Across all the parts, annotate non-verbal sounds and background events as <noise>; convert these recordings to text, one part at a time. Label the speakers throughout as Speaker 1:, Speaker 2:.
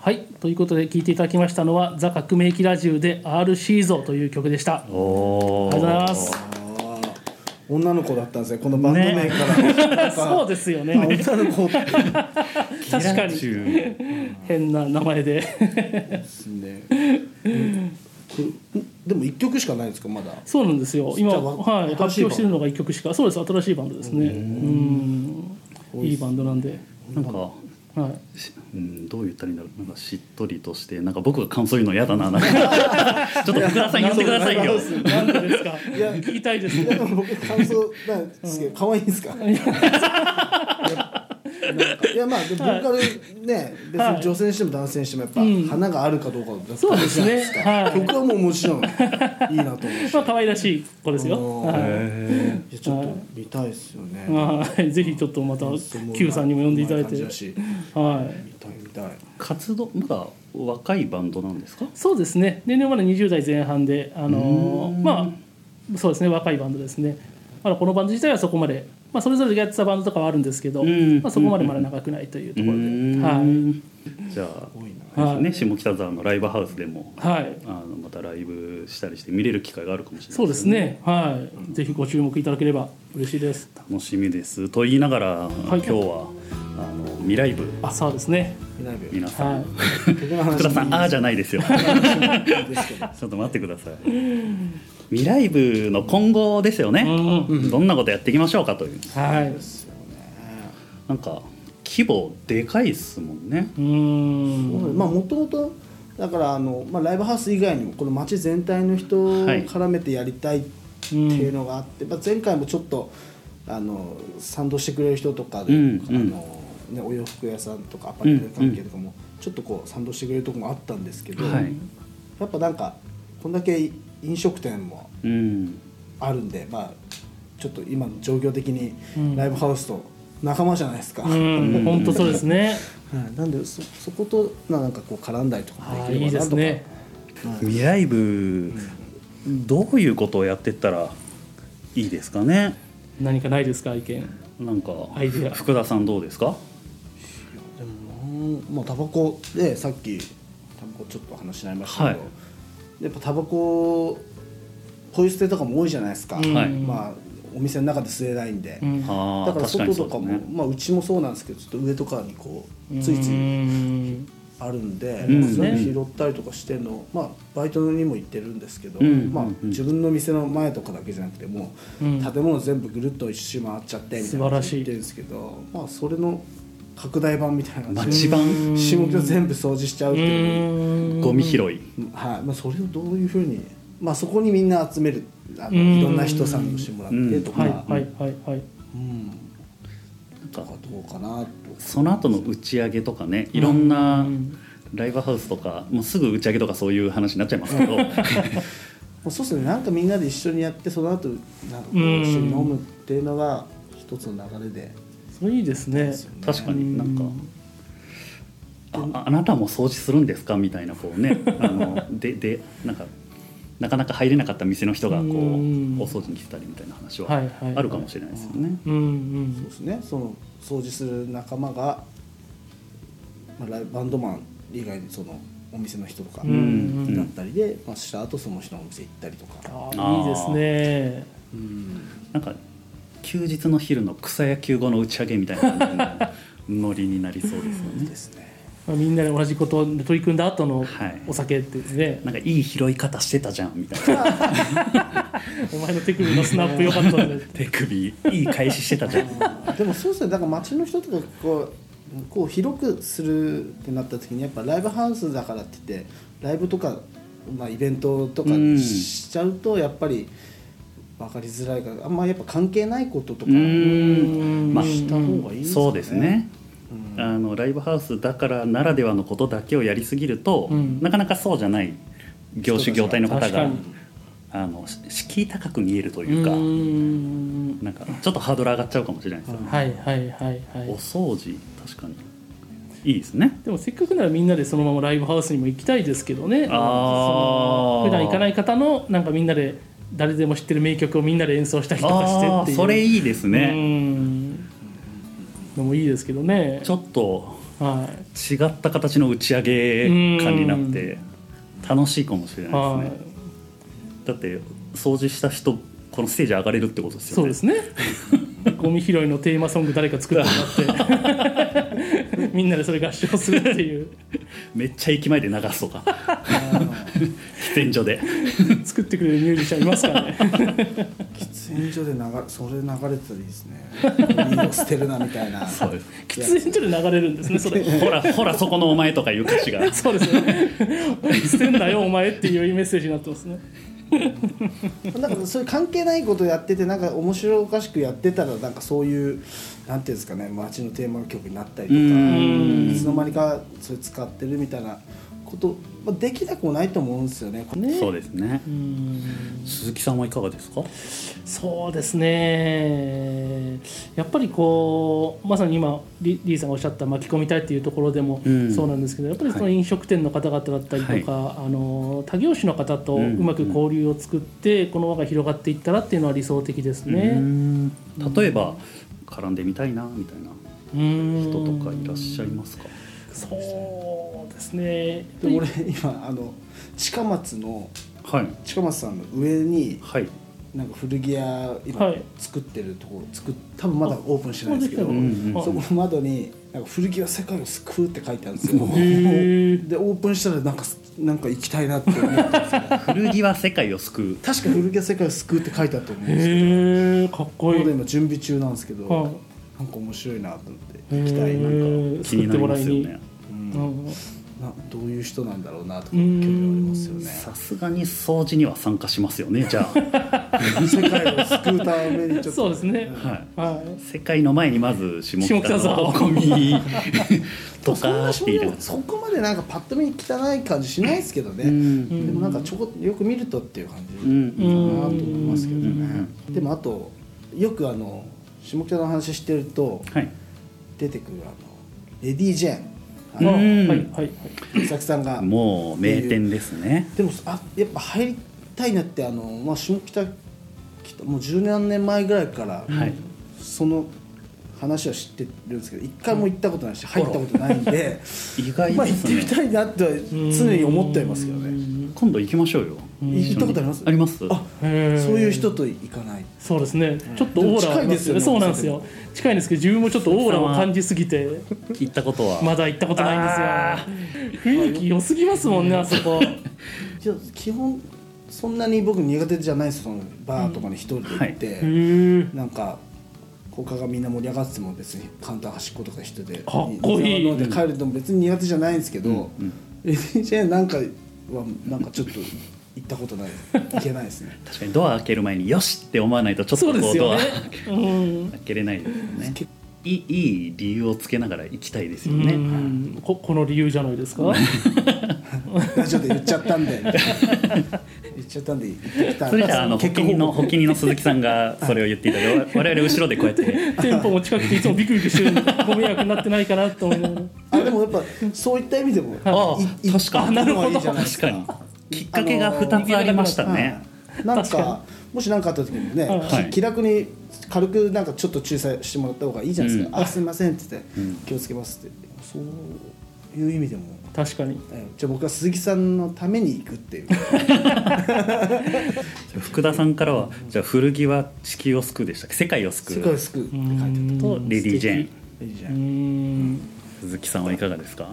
Speaker 1: はいということで聴いていただきましたのは「ザ・革命機ラジオ」で「R シーゾー」という曲でしたあり
Speaker 2: お
Speaker 1: がと
Speaker 2: ー
Speaker 1: うございます
Speaker 3: 女の子だったんですねこのバンド名から、 <laughs>
Speaker 1: そうですよ
Speaker 3: まあ
Speaker 1: ね
Speaker 3: 女の子で
Speaker 1: 確か
Speaker 2: ギラチ
Speaker 1: に
Speaker 2: ュー
Speaker 1: 変な名前です <laughs>
Speaker 3: ねうんこれんでも一曲しかないんですかまだ
Speaker 1: そうなんですよ今、
Speaker 3: じゃあわ
Speaker 1: はい、
Speaker 3: 新し
Speaker 1: 発
Speaker 3: いバンド
Speaker 1: 表してるのが1曲しかそうです新しいバンドですねうんいいバンドなんで、
Speaker 2: なんか、
Speaker 1: はい、
Speaker 2: しうん、どう言ったらいいんだろうなんかしっとりとしてなんか僕が感想言うの嫌だななんか
Speaker 1: <laughs>
Speaker 2: ちょっと福田さん言ってくださいよ
Speaker 1: なんでですか
Speaker 3: いや
Speaker 1: 聞きたいです
Speaker 3: いや
Speaker 1: ね
Speaker 3: でも僕感想なんですけど可愛いんで
Speaker 1: <laughs>
Speaker 3: すかいやなんかいやまあでボーカルね別
Speaker 1: は
Speaker 3: に
Speaker 1: い
Speaker 3: 女性にしても男性にしてもやっぱ
Speaker 1: うん
Speaker 3: 花があるかどうかの大事じ
Speaker 1: そ
Speaker 3: ゃ
Speaker 1: う
Speaker 3: ない
Speaker 1: ですね
Speaker 3: です
Speaker 1: は
Speaker 3: か
Speaker 1: い
Speaker 3: 曲はもうもちろんいいなと思うし
Speaker 1: まあ可愛らしい子です
Speaker 3: あ
Speaker 1: よ
Speaker 3: の
Speaker 1: はい
Speaker 2: へ
Speaker 3: いやちょっと見たいですよね
Speaker 1: はい、ぜひちょっとまた Q さんにも呼んでいただいて
Speaker 3: うま感じだし
Speaker 1: はい
Speaker 3: 見たい見たい
Speaker 2: ー活動なんか若いバンドなんですか
Speaker 1: そうですね年齢まで20代前半であのー
Speaker 2: うーん
Speaker 1: まあそうですね若いバンドですねまだこのバンド自体はそこまで、まあ、それぞれがやってたバンドとかはあるんですけど、
Speaker 2: うん
Speaker 1: まあ、そこまでまだ長くないというところ
Speaker 2: うーん
Speaker 1: で、
Speaker 2: じゃ
Speaker 3: 多いな
Speaker 2: あ、
Speaker 1: はい
Speaker 2: ね、下北沢のライブハウスでも
Speaker 1: はい、はい、
Speaker 2: あのまたライブしたりして見れる機会があるかもしれない
Speaker 1: そうですねはいぜひご注目いただければ嬉しいです
Speaker 2: 楽しみですと言いながら、今日はあの未来部
Speaker 1: あそうですね
Speaker 3: 見ないで
Speaker 2: 皆さん、
Speaker 1: は
Speaker 2: <laughs>
Speaker 3: 曲の話
Speaker 2: 福田さんああじゃないですよち
Speaker 3: いいですけど
Speaker 2: ょっと待ってください未来部の今後ですよ
Speaker 1: い、う
Speaker 2: ね、
Speaker 1: ん、
Speaker 2: どんなことやっていきましょうかという
Speaker 1: はい
Speaker 2: なんか規模でかいっすもんね
Speaker 1: うーん
Speaker 3: まあもともとだからあの、まあ、ライブハウス以外にもこの街全体の人を
Speaker 2: はい
Speaker 3: 絡めてやりたいっていうのがあって、まあ、前回もちょっとあの賛同してくれる人とかで、
Speaker 2: うんうん
Speaker 3: あのね、お洋服屋さんとかアパレル関係とかもちょっとこう賛同してくれるとこもあったんですけど、
Speaker 2: はい
Speaker 3: やっぱなんかこんだけ飲食店も
Speaker 2: うん
Speaker 3: あるんで、まあ、ちょっと今の状況的に
Speaker 1: うん
Speaker 3: ライブハウスと仲間じゃないですか。 <laughs>
Speaker 1: うん本当そうですね
Speaker 3: はい、なんでそそことなんかこう絡んだりとかも
Speaker 1: は
Speaker 3: で
Speaker 1: い
Speaker 3: き
Speaker 1: いいで
Speaker 3: ればなと
Speaker 1: す
Speaker 3: か、
Speaker 1: ね
Speaker 2: 未来部どういうことをやってったらいいですかね
Speaker 1: 何かないですか意見
Speaker 2: なんか
Speaker 1: アイデア
Speaker 2: 福田さんどうですか
Speaker 3: でもなまあタバコでさっきタバコちょっと話しになりましたけど、
Speaker 2: は
Speaker 3: やっぱタバコポイ捨てとかも多いじゃないですか、
Speaker 1: うん
Speaker 2: はい
Speaker 3: まあお店の中で吸えないんで、
Speaker 1: うん
Speaker 2: あー
Speaker 3: だから
Speaker 2: 確かに
Speaker 3: 外
Speaker 2: そ
Speaker 3: と
Speaker 2: う
Speaker 3: か
Speaker 2: です
Speaker 3: も
Speaker 2: ね
Speaker 3: まあうちもそうなんですけどちょっと上とかにこうついつ
Speaker 1: う
Speaker 3: い
Speaker 1: ん
Speaker 3: あるんで、
Speaker 2: うん
Speaker 3: まあそういうの拾ったりとかしてんの、まあ、バイトにも行ってるんですけど、
Speaker 2: うん
Speaker 3: まあ
Speaker 2: うん、
Speaker 3: 自分の店の前とかだけじゃなくてもう、
Speaker 1: うん
Speaker 3: 建物全部ぐるっと一周回っちゃってみたいなこと
Speaker 1: 素晴らしい
Speaker 3: 言ってるんですけど、まあ、それの拡大版みたいな感
Speaker 2: 街
Speaker 3: じ
Speaker 2: 版
Speaker 3: で下北全部掃除しちゃうっていう、
Speaker 2: ゴミ拾い
Speaker 3: はいまあ、それをどういうふうに、まあ、そこにみんな集めるあの
Speaker 1: うん
Speaker 3: いろんな人参加してもらってとか、
Speaker 1: は
Speaker 3: う
Speaker 1: い
Speaker 3: ん
Speaker 1: はいはいはい
Speaker 2: なんか
Speaker 3: なんかどうかなと。
Speaker 2: その後の打ち上げとかねいろんな
Speaker 1: うん
Speaker 2: ライブハウスとかもうすぐ打ち上げとかそういう話になっちゃいますけど
Speaker 3: まあそうですねなんかみんなで一緒にやってその後なんかこう
Speaker 1: うん
Speaker 3: 一緒に飲むっていうのが一つの流れで
Speaker 1: それいいですね
Speaker 2: <laughs> 確かになんか。ああなたも掃除するんですかみたいなこ
Speaker 1: <laughs>
Speaker 2: うねあのででなんかなかなか入れなかった店の人がこう
Speaker 1: うん
Speaker 2: お掃除に来たりみたいな話は
Speaker 1: はいはい
Speaker 2: あるかもしれないですよね。
Speaker 1: うんう
Speaker 3: そうんですねその掃除する仲間が、まあ、ライブバンドマン以外にそのお店の人とか
Speaker 1: う
Speaker 3: だ
Speaker 1: んうん
Speaker 3: ったりで、まあ、した後その人のお店行ったりとか、
Speaker 1: あーいいですね
Speaker 3: うん、
Speaker 2: なんか休日の昼の草野球後の打ち上げみたいな感じのノリになりそうですよね
Speaker 3: で。すね
Speaker 1: まあみんなで同じことに取り組んだ後の
Speaker 2: はい
Speaker 1: お酒ってね
Speaker 2: なんかいい拾い方してたじゃんみたいな
Speaker 1: お前の手首のスナップ良かったね
Speaker 2: 手首いい返ししてたじゃん。
Speaker 3: <laughs> でもそうですねだから街の人とかこうこう広くするってなった時にやっぱライブハウスだからって言ってライブとか、まあ、イベントとか
Speaker 2: うん
Speaker 3: しちゃうとやっぱり分かりづらいからあんまやっぱ関係ないこととか
Speaker 2: うーんまあ
Speaker 3: した方がいいんですかね
Speaker 2: そうですね、あのライブハウスだからならではのことだけをやりすぎると、
Speaker 1: うん
Speaker 2: なかなかそうじゃない業種業態の方
Speaker 1: 確か
Speaker 2: が
Speaker 1: に
Speaker 2: あのし敷居高く見えると
Speaker 1: う
Speaker 2: いうか、
Speaker 1: ん
Speaker 2: なんかちょっとハードル上がっちゃうかもしれないですよね、
Speaker 1: はいはいはいは
Speaker 2: お
Speaker 1: い
Speaker 2: 掃除確かにいいですね
Speaker 1: でもせっかくならみんなでそのままライブハウスにも行きたいですけどね
Speaker 2: あー
Speaker 1: その普段行かない方のなんかみんなで誰でも知ってる名曲をみんなで演奏したりとかして
Speaker 2: あ
Speaker 1: っ
Speaker 2: あ
Speaker 1: ていう
Speaker 2: それいいです
Speaker 1: う
Speaker 2: ね、
Speaker 1: んのもいいですけどね
Speaker 2: ちょっと
Speaker 1: は
Speaker 2: 違った形の打ち上げ感になって楽しいかもしれ
Speaker 1: い、
Speaker 2: ない
Speaker 1: は
Speaker 2: ですね
Speaker 1: い、
Speaker 2: だって掃除した人このステージ上がれるってことですよね
Speaker 1: そうですね <laughs> ゴミ拾いのテーマソング誰か作ってもらってみんなでそれ合唱するっていう
Speaker 2: めっちゃ駅前で流すとか <laughs> 喫煙所で
Speaker 1: <laughs> 作ってくれるミュージシャンいますからね
Speaker 3: 喫煙所で流れそれ流れてたらいいで
Speaker 2: <laughs>
Speaker 3: すねいいよ捨てるなみたいな
Speaker 2: そうです
Speaker 1: <laughs> 喫煙所で流れるんですねそ <laughs> れ
Speaker 2: ほらほらそこのお前とかいう歌詞が
Speaker 1: そうですよね <laughs> 捨てんだよお前っていうメッセージになってますね
Speaker 3: なんかそういう関係ないことやっててなんか面白おかしくやってたらなんかそういうなんていうんですかね街のテーマ曲になったりとか
Speaker 2: うん
Speaker 3: いつの間にかそれ使ってるみたいなこと、まあ、できなくもないと思うんですよね。
Speaker 1: ね
Speaker 2: そうですね
Speaker 1: うん
Speaker 2: 鈴木さんはいかがですか
Speaker 1: そうですねやっぱりこうまさに今リリーさんがおっしゃった巻き込みたいっていうところでも
Speaker 2: うん
Speaker 1: そうなんですけど、やっぱりその
Speaker 2: はい
Speaker 1: 飲食店の方々だったりとか、あの他業種の方とうまく交流を作って、この輪が広がっていったらっていうのは理想的です
Speaker 2: う
Speaker 1: ね。
Speaker 2: ん例えば絡んでみたいなみたいな
Speaker 1: 人
Speaker 2: 人とかいらっしゃいますか
Speaker 1: そうですね
Speaker 3: で俺今あの近松の
Speaker 2: はい
Speaker 3: 近松さんの上に
Speaker 2: はい
Speaker 3: なんか古着屋
Speaker 1: は
Speaker 3: 今
Speaker 1: い
Speaker 3: 作ってるところ作っ多分まだオープンしてないんですけど
Speaker 1: あ
Speaker 3: そ
Speaker 1: も
Speaker 2: う
Speaker 1: うんできたの
Speaker 2: うん
Speaker 1: あ
Speaker 3: この窓になんか古着は世界を救うって書いてあるんですよ。
Speaker 1: へー
Speaker 3: でオープンしたらなんかなんか行きたいなって思ったんですよ
Speaker 2: 古着は世界を救う
Speaker 3: 確か古着は世界を救うって書いてあったと思うんですよ
Speaker 1: へえかっこい
Speaker 3: ないので。今準備中なんですけど、
Speaker 1: はい
Speaker 3: なんか面白いなと思って行きたいな,、
Speaker 1: へえ <laughs>
Speaker 2: 気になりますよ
Speaker 1: 作ってもらい
Speaker 2: ね
Speaker 3: うん、
Speaker 1: に
Speaker 3: などういう人なんだろうなとか興味ありますよね
Speaker 2: さすがに掃除には参加しますよねじゃ
Speaker 3: 世界を救うために
Speaker 1: うんそ
Speaker 3: ちょ <laughs> っ
Speaker 1: う
Speaker 3: と
Speaker 1: ですね
Speaker 2: あ、。はい
Speaker 1: はい。
Speaker 2: 世界の前にまず下
Speaker 1: 下
Speaker 2: 北
Speaker 1: 北
Speaker 2: 沢
Speaker 1: 沢
Speaker 2: ゴミと
Speaker 3: そん
Speaker 2: か
Speaker 3: な
Speaker 2: ってい
Speaker 3: 正
Speaker 2: る
Speaker 3: 直そこまでなんかパッと見汚い感じしないですけどね、
Speaker 2: うん
Speaker 3: でもなんかちょこよく見るとっていう感じ
Speaker 2: うん
Speaker 3: かなと思いますけどね、
Speaker 2: う
Speaker 3: でもあとよくあの下北の話してると
Speaker 2: はい
Speaker 3: 出てくるあのレディー・ジェーンあ
Speaker 1: あ
Speaker 3: の
Speaker 2: うん
Speaker 1: はいはいはい。
Speaker 3: 美咲さんが
Speaker 2: もう名店ですね
Speaker 3: でもあやっぱ入りたいなってあの、まあ、下北北もう10何年前ぐらいから、
Speaker 2: はい
Speaker 3: その話は知ってるんですけど一回も行ったことないし入ったことないんで、
Speaker 2: 意外
Speaker 3: <laughs> まあ
Speaker 2: で
Speaker 3: 行っ
Speaker 2: す
Speaker 3: てみ
Speaker 2: ね
Speaker 3: たいなっては常に思ってますけどね
Speaker 2: 今度行きましょうよ
Speaker 3: 行ったことあります
Speaker 2: あります
Speaker 3: あ
Speaker 1: へー
Speaker 3: そういう人と行かない
Speaker 1: そうですね。ちょっとオーラを
Speaker 3: でも近いですよね
Speaker 1: そうなんですよ。近いんですけど、自分もちょっとオーラを感じすぎて、
Speaker 2: 行ったことは
Speaker 1: まだ行ったことないんですよ。雰囲気良すぎますもんね、あそこ。
Speaker 3: じゃあ基本そんなに僕苦手じゃないですそのバーとかに一人で行って、
Speaker 1: へー
Speaker 3: なんか他がみんな盛り上がってても別にカウンター端っことか一人で
Speaker 1: かっこいい
Speaker 3: 水を飲んで帰るのも別に苦手じゃないんですけど、
Speaker 2: うん
Speaker 3: LJ なんかはなんかちょっと行ったことない行けないですね
Speaker 2: 確かにドア開ける前によしって思わないとちょっ
Speaker 1: そ
Speaker 2: と
Speaker 1: うで
Speaker 2: こう
Speaker 1: す
Speaker 2: ド
Speaker 1: よ
Speaker 2: ア
Speaker 1: ね。うん。
Speaker 2: <laughs> 開けれないですよね
Speaker 3: 結
Speaker 2: いいいい理由をつけながら行きたいです
Speaker 1: う
Speaker 2: よね
Speaker 1: んここの理由じゃないですか。 <laughs>
Speaker 3: ラジオで言っちゃった
Speaker 2: <laughs>
Speaker 3: んで言っちゃったんで行ってきた
Speaker 2: それじゃああの保
Speaker 3: 結果
Speaker 2: 険の
Speaker 3: 報
Speaker 2: 保
Speaker 3: 告
Speaker 2: 険の鈴木さんがそれを言っていただいて我々後ろでこうやって
Speaker 1: 店舗も近くていつもビクビクしてるんでご迷惑になってないかなと思いながら。
Speaker 3: あでもやっぱそういった意味でも
Speaker 2: あ
Speaker 3: いい
Speaker 2: 確か
Speaker 3: 行
Speaker 2: に
Speaker 3: った方がいいじゃないです
Speaker 2: 確かにきっかけ
Speaker 3: あ
Speaker 2: が
Speaker 3: のー
Speaker 2: 2つありましたね
Speaker 3: は
Speaker 2: <laughs>
Speaker 3: いなん
Speaker 1: 確か
Speaker 3: かもし何かあった時にね、
Speaker 2: はい
Speaker 3: き気楽に軽くなんかちょっと仲裁してもらった方がいいじゃないですか「
Speaker 2: うん
Speaker 3: あすいません」って言って、
Speaker 2: うん
Speaker 3: 気をつけます」ってそういう意味でも、
Speaker 1: 確かに。
Speaker 3: えじゃあ僕は鈴木さんのために行くっていう
Speaker 2: 福田さんからはじゃあ古着は地球を救うでしたっけ世界を救
Speaker 3: 世界を
Speaker 2: う
Speaker 3: 救うって
Speaker 1: う
Speaker 3: 書いてあ
Speaker 1: ん
Speaker 2: とレディー・ジェーン。
Speaker 3: るいいじゃ
Speaker 1: う
Speaker 3: ない
Speaker 1: ん。
Speaker 2: 鈴木さんはいかがですか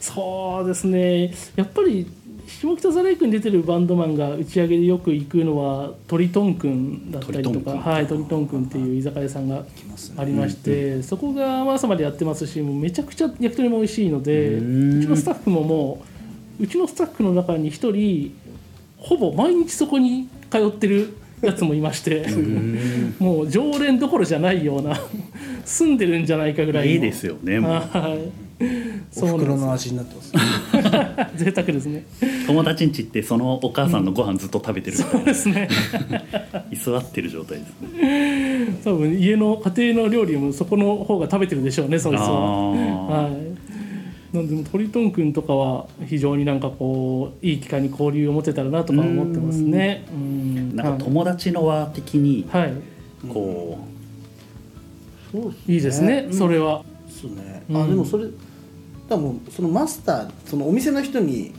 Speaker 1: そうですねやっぱり下北沢レイクに出てるバンドマンが打ち上げでよく行くのはトリトンくんだったりと
Speaker 2: トリトンく
Speaker 1: か
Speaker 2: ん
Speaker 1: はいトリトンくんっていう居酒屋さんが
Speaker 3: ますね
Speaker 1: ありまして、そこがまあ朝までやってますしもうめちゃくちゃ焼き鳥も美味しいので
Speaker 2: うん
Speaker 1: うちのスタッフももううちのスタッフの中に一人ほぼ毎日そこに通ってるやつもいまして <laughs> もう常連どころじゃないような <laughs> 住んでるんじゃないかぐらいの
Speaker 2: いいですよねもう
Speaker 1: はい
Speaker 3: お
Speaker 1: なんです
Speaker 3: 袋の味になってます、ね、
Speaker 1: <laughs> 贅沢ですね。
Speaker 2: 友達ん家行ってそのお母さんのご飯ずっと食べてるみた
Speaker 1: そう
Speaker 2: いな
Speaker 1: ですね。
Speaker 2: 居座ってる状態ですね
Speaker 1: 多分家の家庭の料理よりもそこの方が食べてるでしょうね、そいつは。
Speaker 2: あ
Speaker 1: はい。なんでもうトリトン君とかは非常になんかこういい機会に交流を持てたらなとか思ってますね。うん
Speaker 2: なんか友達の輪的に
Speaker 1: はい。は
Speaker 2: こ
Speaker 3: そう
Speaker 1: い。いいですね。それは。
Speaker 3: そうね、
Speaker 1: う
Speaker 3: あ
Speaker 1: ん
Speaker 3: でもそれだからもうそのマスターそのお店の人に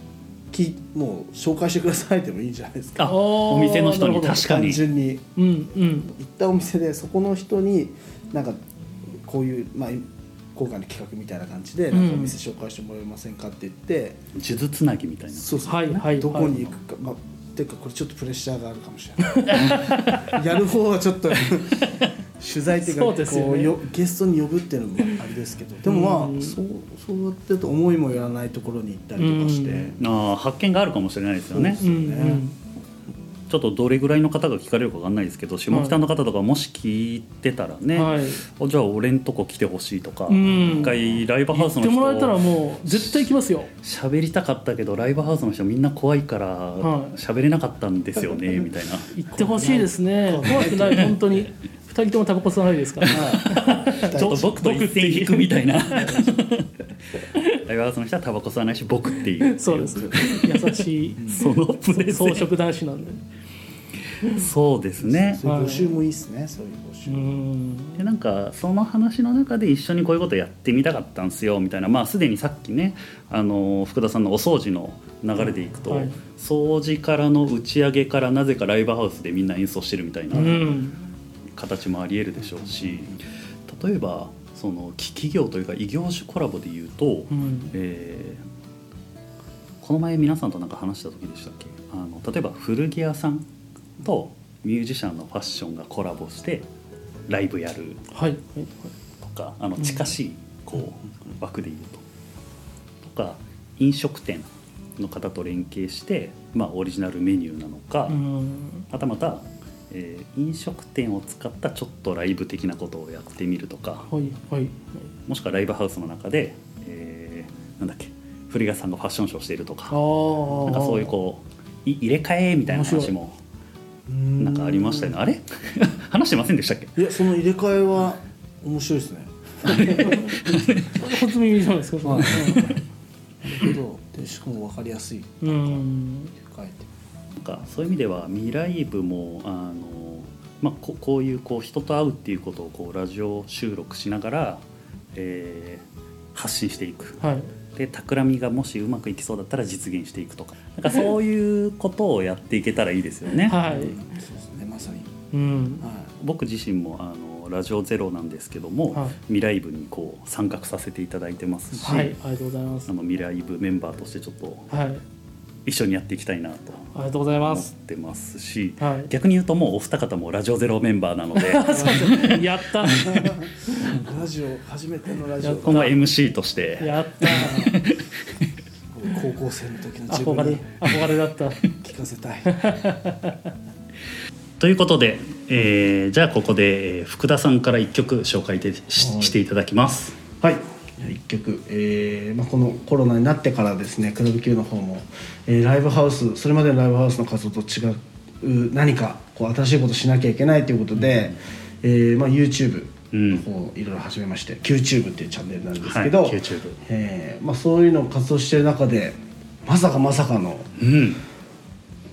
Speaker 3: きもう紹介してくださいでもいいんじゃないですか
Speaker 2: あお店の人に
Speaker 1: あーなるほど
Speaker 2: 確かに
Speaker 3: 単純に
Speaker 1: うんうん
Speaker 3: 行ったお店でそこの人になんかこういう、まあ、今回の企画みたいな感じで
Speaker 1: うん
Speaker 3: なんかお店紹介してもらえませんかって言って、
Speaker 2: 呪術つなぎみたいな
Speaker 3: そうそう
Speaker 1: はいはい
Speaker 3: どこに行くか、まあ、ていうかこれちょっとプレッシャーがあるかもしれないやる方はちょっと取材っていうか
Speaker 1: そうですよね
Speaker 3: こうよゲストに呼ぶっていうのもあれですけどでも
Speaker 1: う
Speaker 3: ま
Speaker 1: ん
Speaker 3: あそうそうやってると思いもよらないところに行ったりとかして、
Speaker 1: うん
Speaker 2: あー発見があるかもしれないですよね
Speaker 1: うんうん
Speaker 2: ちょっとどれぐらいの方が聞かれるかわかんないですけど下北の方とかもし聞いてたらね、
Speaker 1: はい
Speaker 2: おじゃあ俺んとこ来てほしいとか、
Speaker 1: うん
Speaker 2: 一回ライブハ
Speaker 1: 言
Speaker 2: ウス
Speaker 1: っ
Speaker 2: の
Speaker 1: て
Speaker 2: 人
Speaker 1: もらえたらもう絶対行きますよ
Speaker 2: 喋りたかったけどライブハウスの人みんな怖いから
Speaker 1: はい
Speaker 2: 喋れなかったんですよ
Speaker 1: <laughs>
Speaker 2: ね、みたいな
Speaker 1: 行ってほしいですね怖くない本当に二人ともタバコ吸わないですから
Speaker 3: はい
Speaker 1: ど
Speaker 2: 僕と一線引くみた
Speaker 1: <laughs>
Speaker 2: いなライブハウスの人はタバコ吸わないし僕っていう
Speaker 1: そうです優しい
Speaker 2: そのプレゼ
Speaker 1: 装
Speaker 2: ン
Speaker 1: 飾男子なんで
Speaker 2: そうですね
Speaker 3: そういう募集もいいですねそういう募集、
Speaker 1: うん
Speaker 2: でなんかその話の中で一緒にこういうことやってみたかったんですよみたいなまあすでにさっきねあの福田さんのお掃除の流れでいくと、
Speaker 1: はい
Speaker 2: 掃除からの打ち上げからなぜかライブハウスでみんな演奏してるみたいな
Speaker 1: うん
Speaker 2: 形もありえるでしょうし例えばその企業というか異業種コラボで言うと、
Speaker 1: うん
Speaker 2: えーこの前皆さんとなんか話した時でしたっけあの例えば古着屋さんとミュージシャンのファッションがコラボしてライブやる
Speaker 1: はいはい
Speaker 2: とかあの近しいこう枠で言うととか飲食店の方と連携して、まあ、オリジナルメニューなのか、
Speaker 1: はいうん
Speaker 2: はたまた、えー飲食店を使ったちょっとライブ的なことをやってみるとか
Speaker 1: はいはい
Speaker 2: もしくはライブハウスの中で、えーなんだっけ古谷さんがファッションショーしていると
Speaker 1: あ
Speaker 2: か
Speaker 1: あ
Speaker 2: なんかそういうこうい入れ替えみたいな話もなんかありましたよねあれ <laughs> 話してませんでしたっけ
Speaker 3: いやその入れ替えは面白いですね
Speaker 1: 初耳じゃないですかそれ
Speaker 3: まあ、なるほどでしかも分かりやすいって
Speaker 1: うん
Speaker 3: 書いて
Speaker 2: なんかそういう意味では未来部もあの、まあ、ここういうこう人と会うっていうことをこうラジオ収録しながら、えー発信していく
Speaker 1: はい
Speaker 2: で企みがもしうまくいきそうだったら実現していくとかなんかそういうことをやっていけたらいいですよ
Speaker 1: <laughs>
Speaker 2: ね。
Speaker 1: はい
Speaker 3: そうですねまさに、
Speaker 1: うん
Speaker 3: はい、
Speaker 2: 僕自身もあのラジオゼロなんですけども、
Speaker 1: はい
Speaker 2: 未来部にこう参画させていただいてますし、
Speaker 1: はいありがとうございます
Speaker 2: あの未来部メンバーとしてちょっと
Speaker 1: はいあり
Speaker 2: 一緒にやっていきたいなと
Speaker 1: がとうございま
Speaker 2: 思っ
Speaker 1: す
Speaker 2: てますし、
Speaker 1: はい
Speaker 2: 逆に言うともうお二方もラジオゼロメンバーなので
Speaker 1: <laughs> やった
Speaker 3: ラジオ初めてのラジ
Speaker 1: や
Speaker 3: オ
Speaker 1: っ
Speaker 2: 今後は MC として
Speaker 1: やった
Speaker 3: 高校生の時の自
Speaker 1: 憧
Speaker 3: 分
Speaker 1: れ
Speaker 3: に
Speaker 1: 憧れだった
Speaker 3: 聞かせたい
Speaker 2: ということで、えーじゃあここでえー福田さんから一曲紹介で
Speaker 3: は
Speaker 2: し
Speaker 3: い
Speaker 2: していただきます。
Speaker 3: はい一曲、えーまあ、このコロナになってからですねクラブ Q の方も、えーライブハウスそれまでのライブハウスの活動と違う何かこう新しいことしなきゃいけないということで、えーまあ、YouTube の方をいろいろ始めまして、QTube っていうチャンネルなんですけど、
Speaker 2: はい QTube
Speaker 3: えーまあ、そういうのを活動してる中でまさかまさかの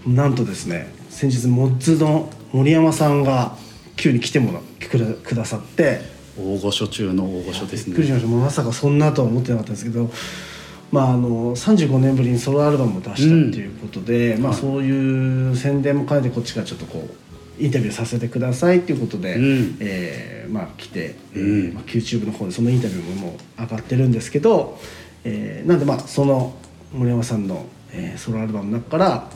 Speaker 2: うん、
Speaker 3: なんとですね先日モッズの森山さんが急に来てもらくらくださって。
Speaker 2: 大御所中の大御所です
Speaker 3: びっくりし
Speaker 2: ね。
Speaker 3: ましたもうまさかそんなとは思ってなかったんですけど、まあ、あの35年ぶりにソロアルバムを出したっていうことで、まあ、
Speaker 2: はい
Speaker 3: そういう宣伝も兼ねてこっちがちょっとこうインタビューさせてくださいっていうことで、
Speaker 2: うん
Speaker 3: えーまあ、来て、え
Speaker 2: うん
Speaker 3: ーまあ、YouTube の方でそのインタビューももう上がってるんですけど、えーなんでまあその森山さんの、えーソロアルバムの中から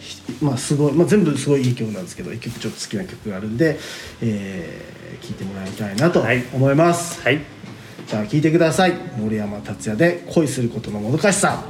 Speaker 3: ひまあすごいまあ、全部すごいいい曲なんですけど一曲ちょっと好きな曲があるんで聴、えー聴いてもらいたいなと思います。
Speaker 2: はい
Speaker 3: じゃあ聞いてください森山達也で恋することのもどかしさ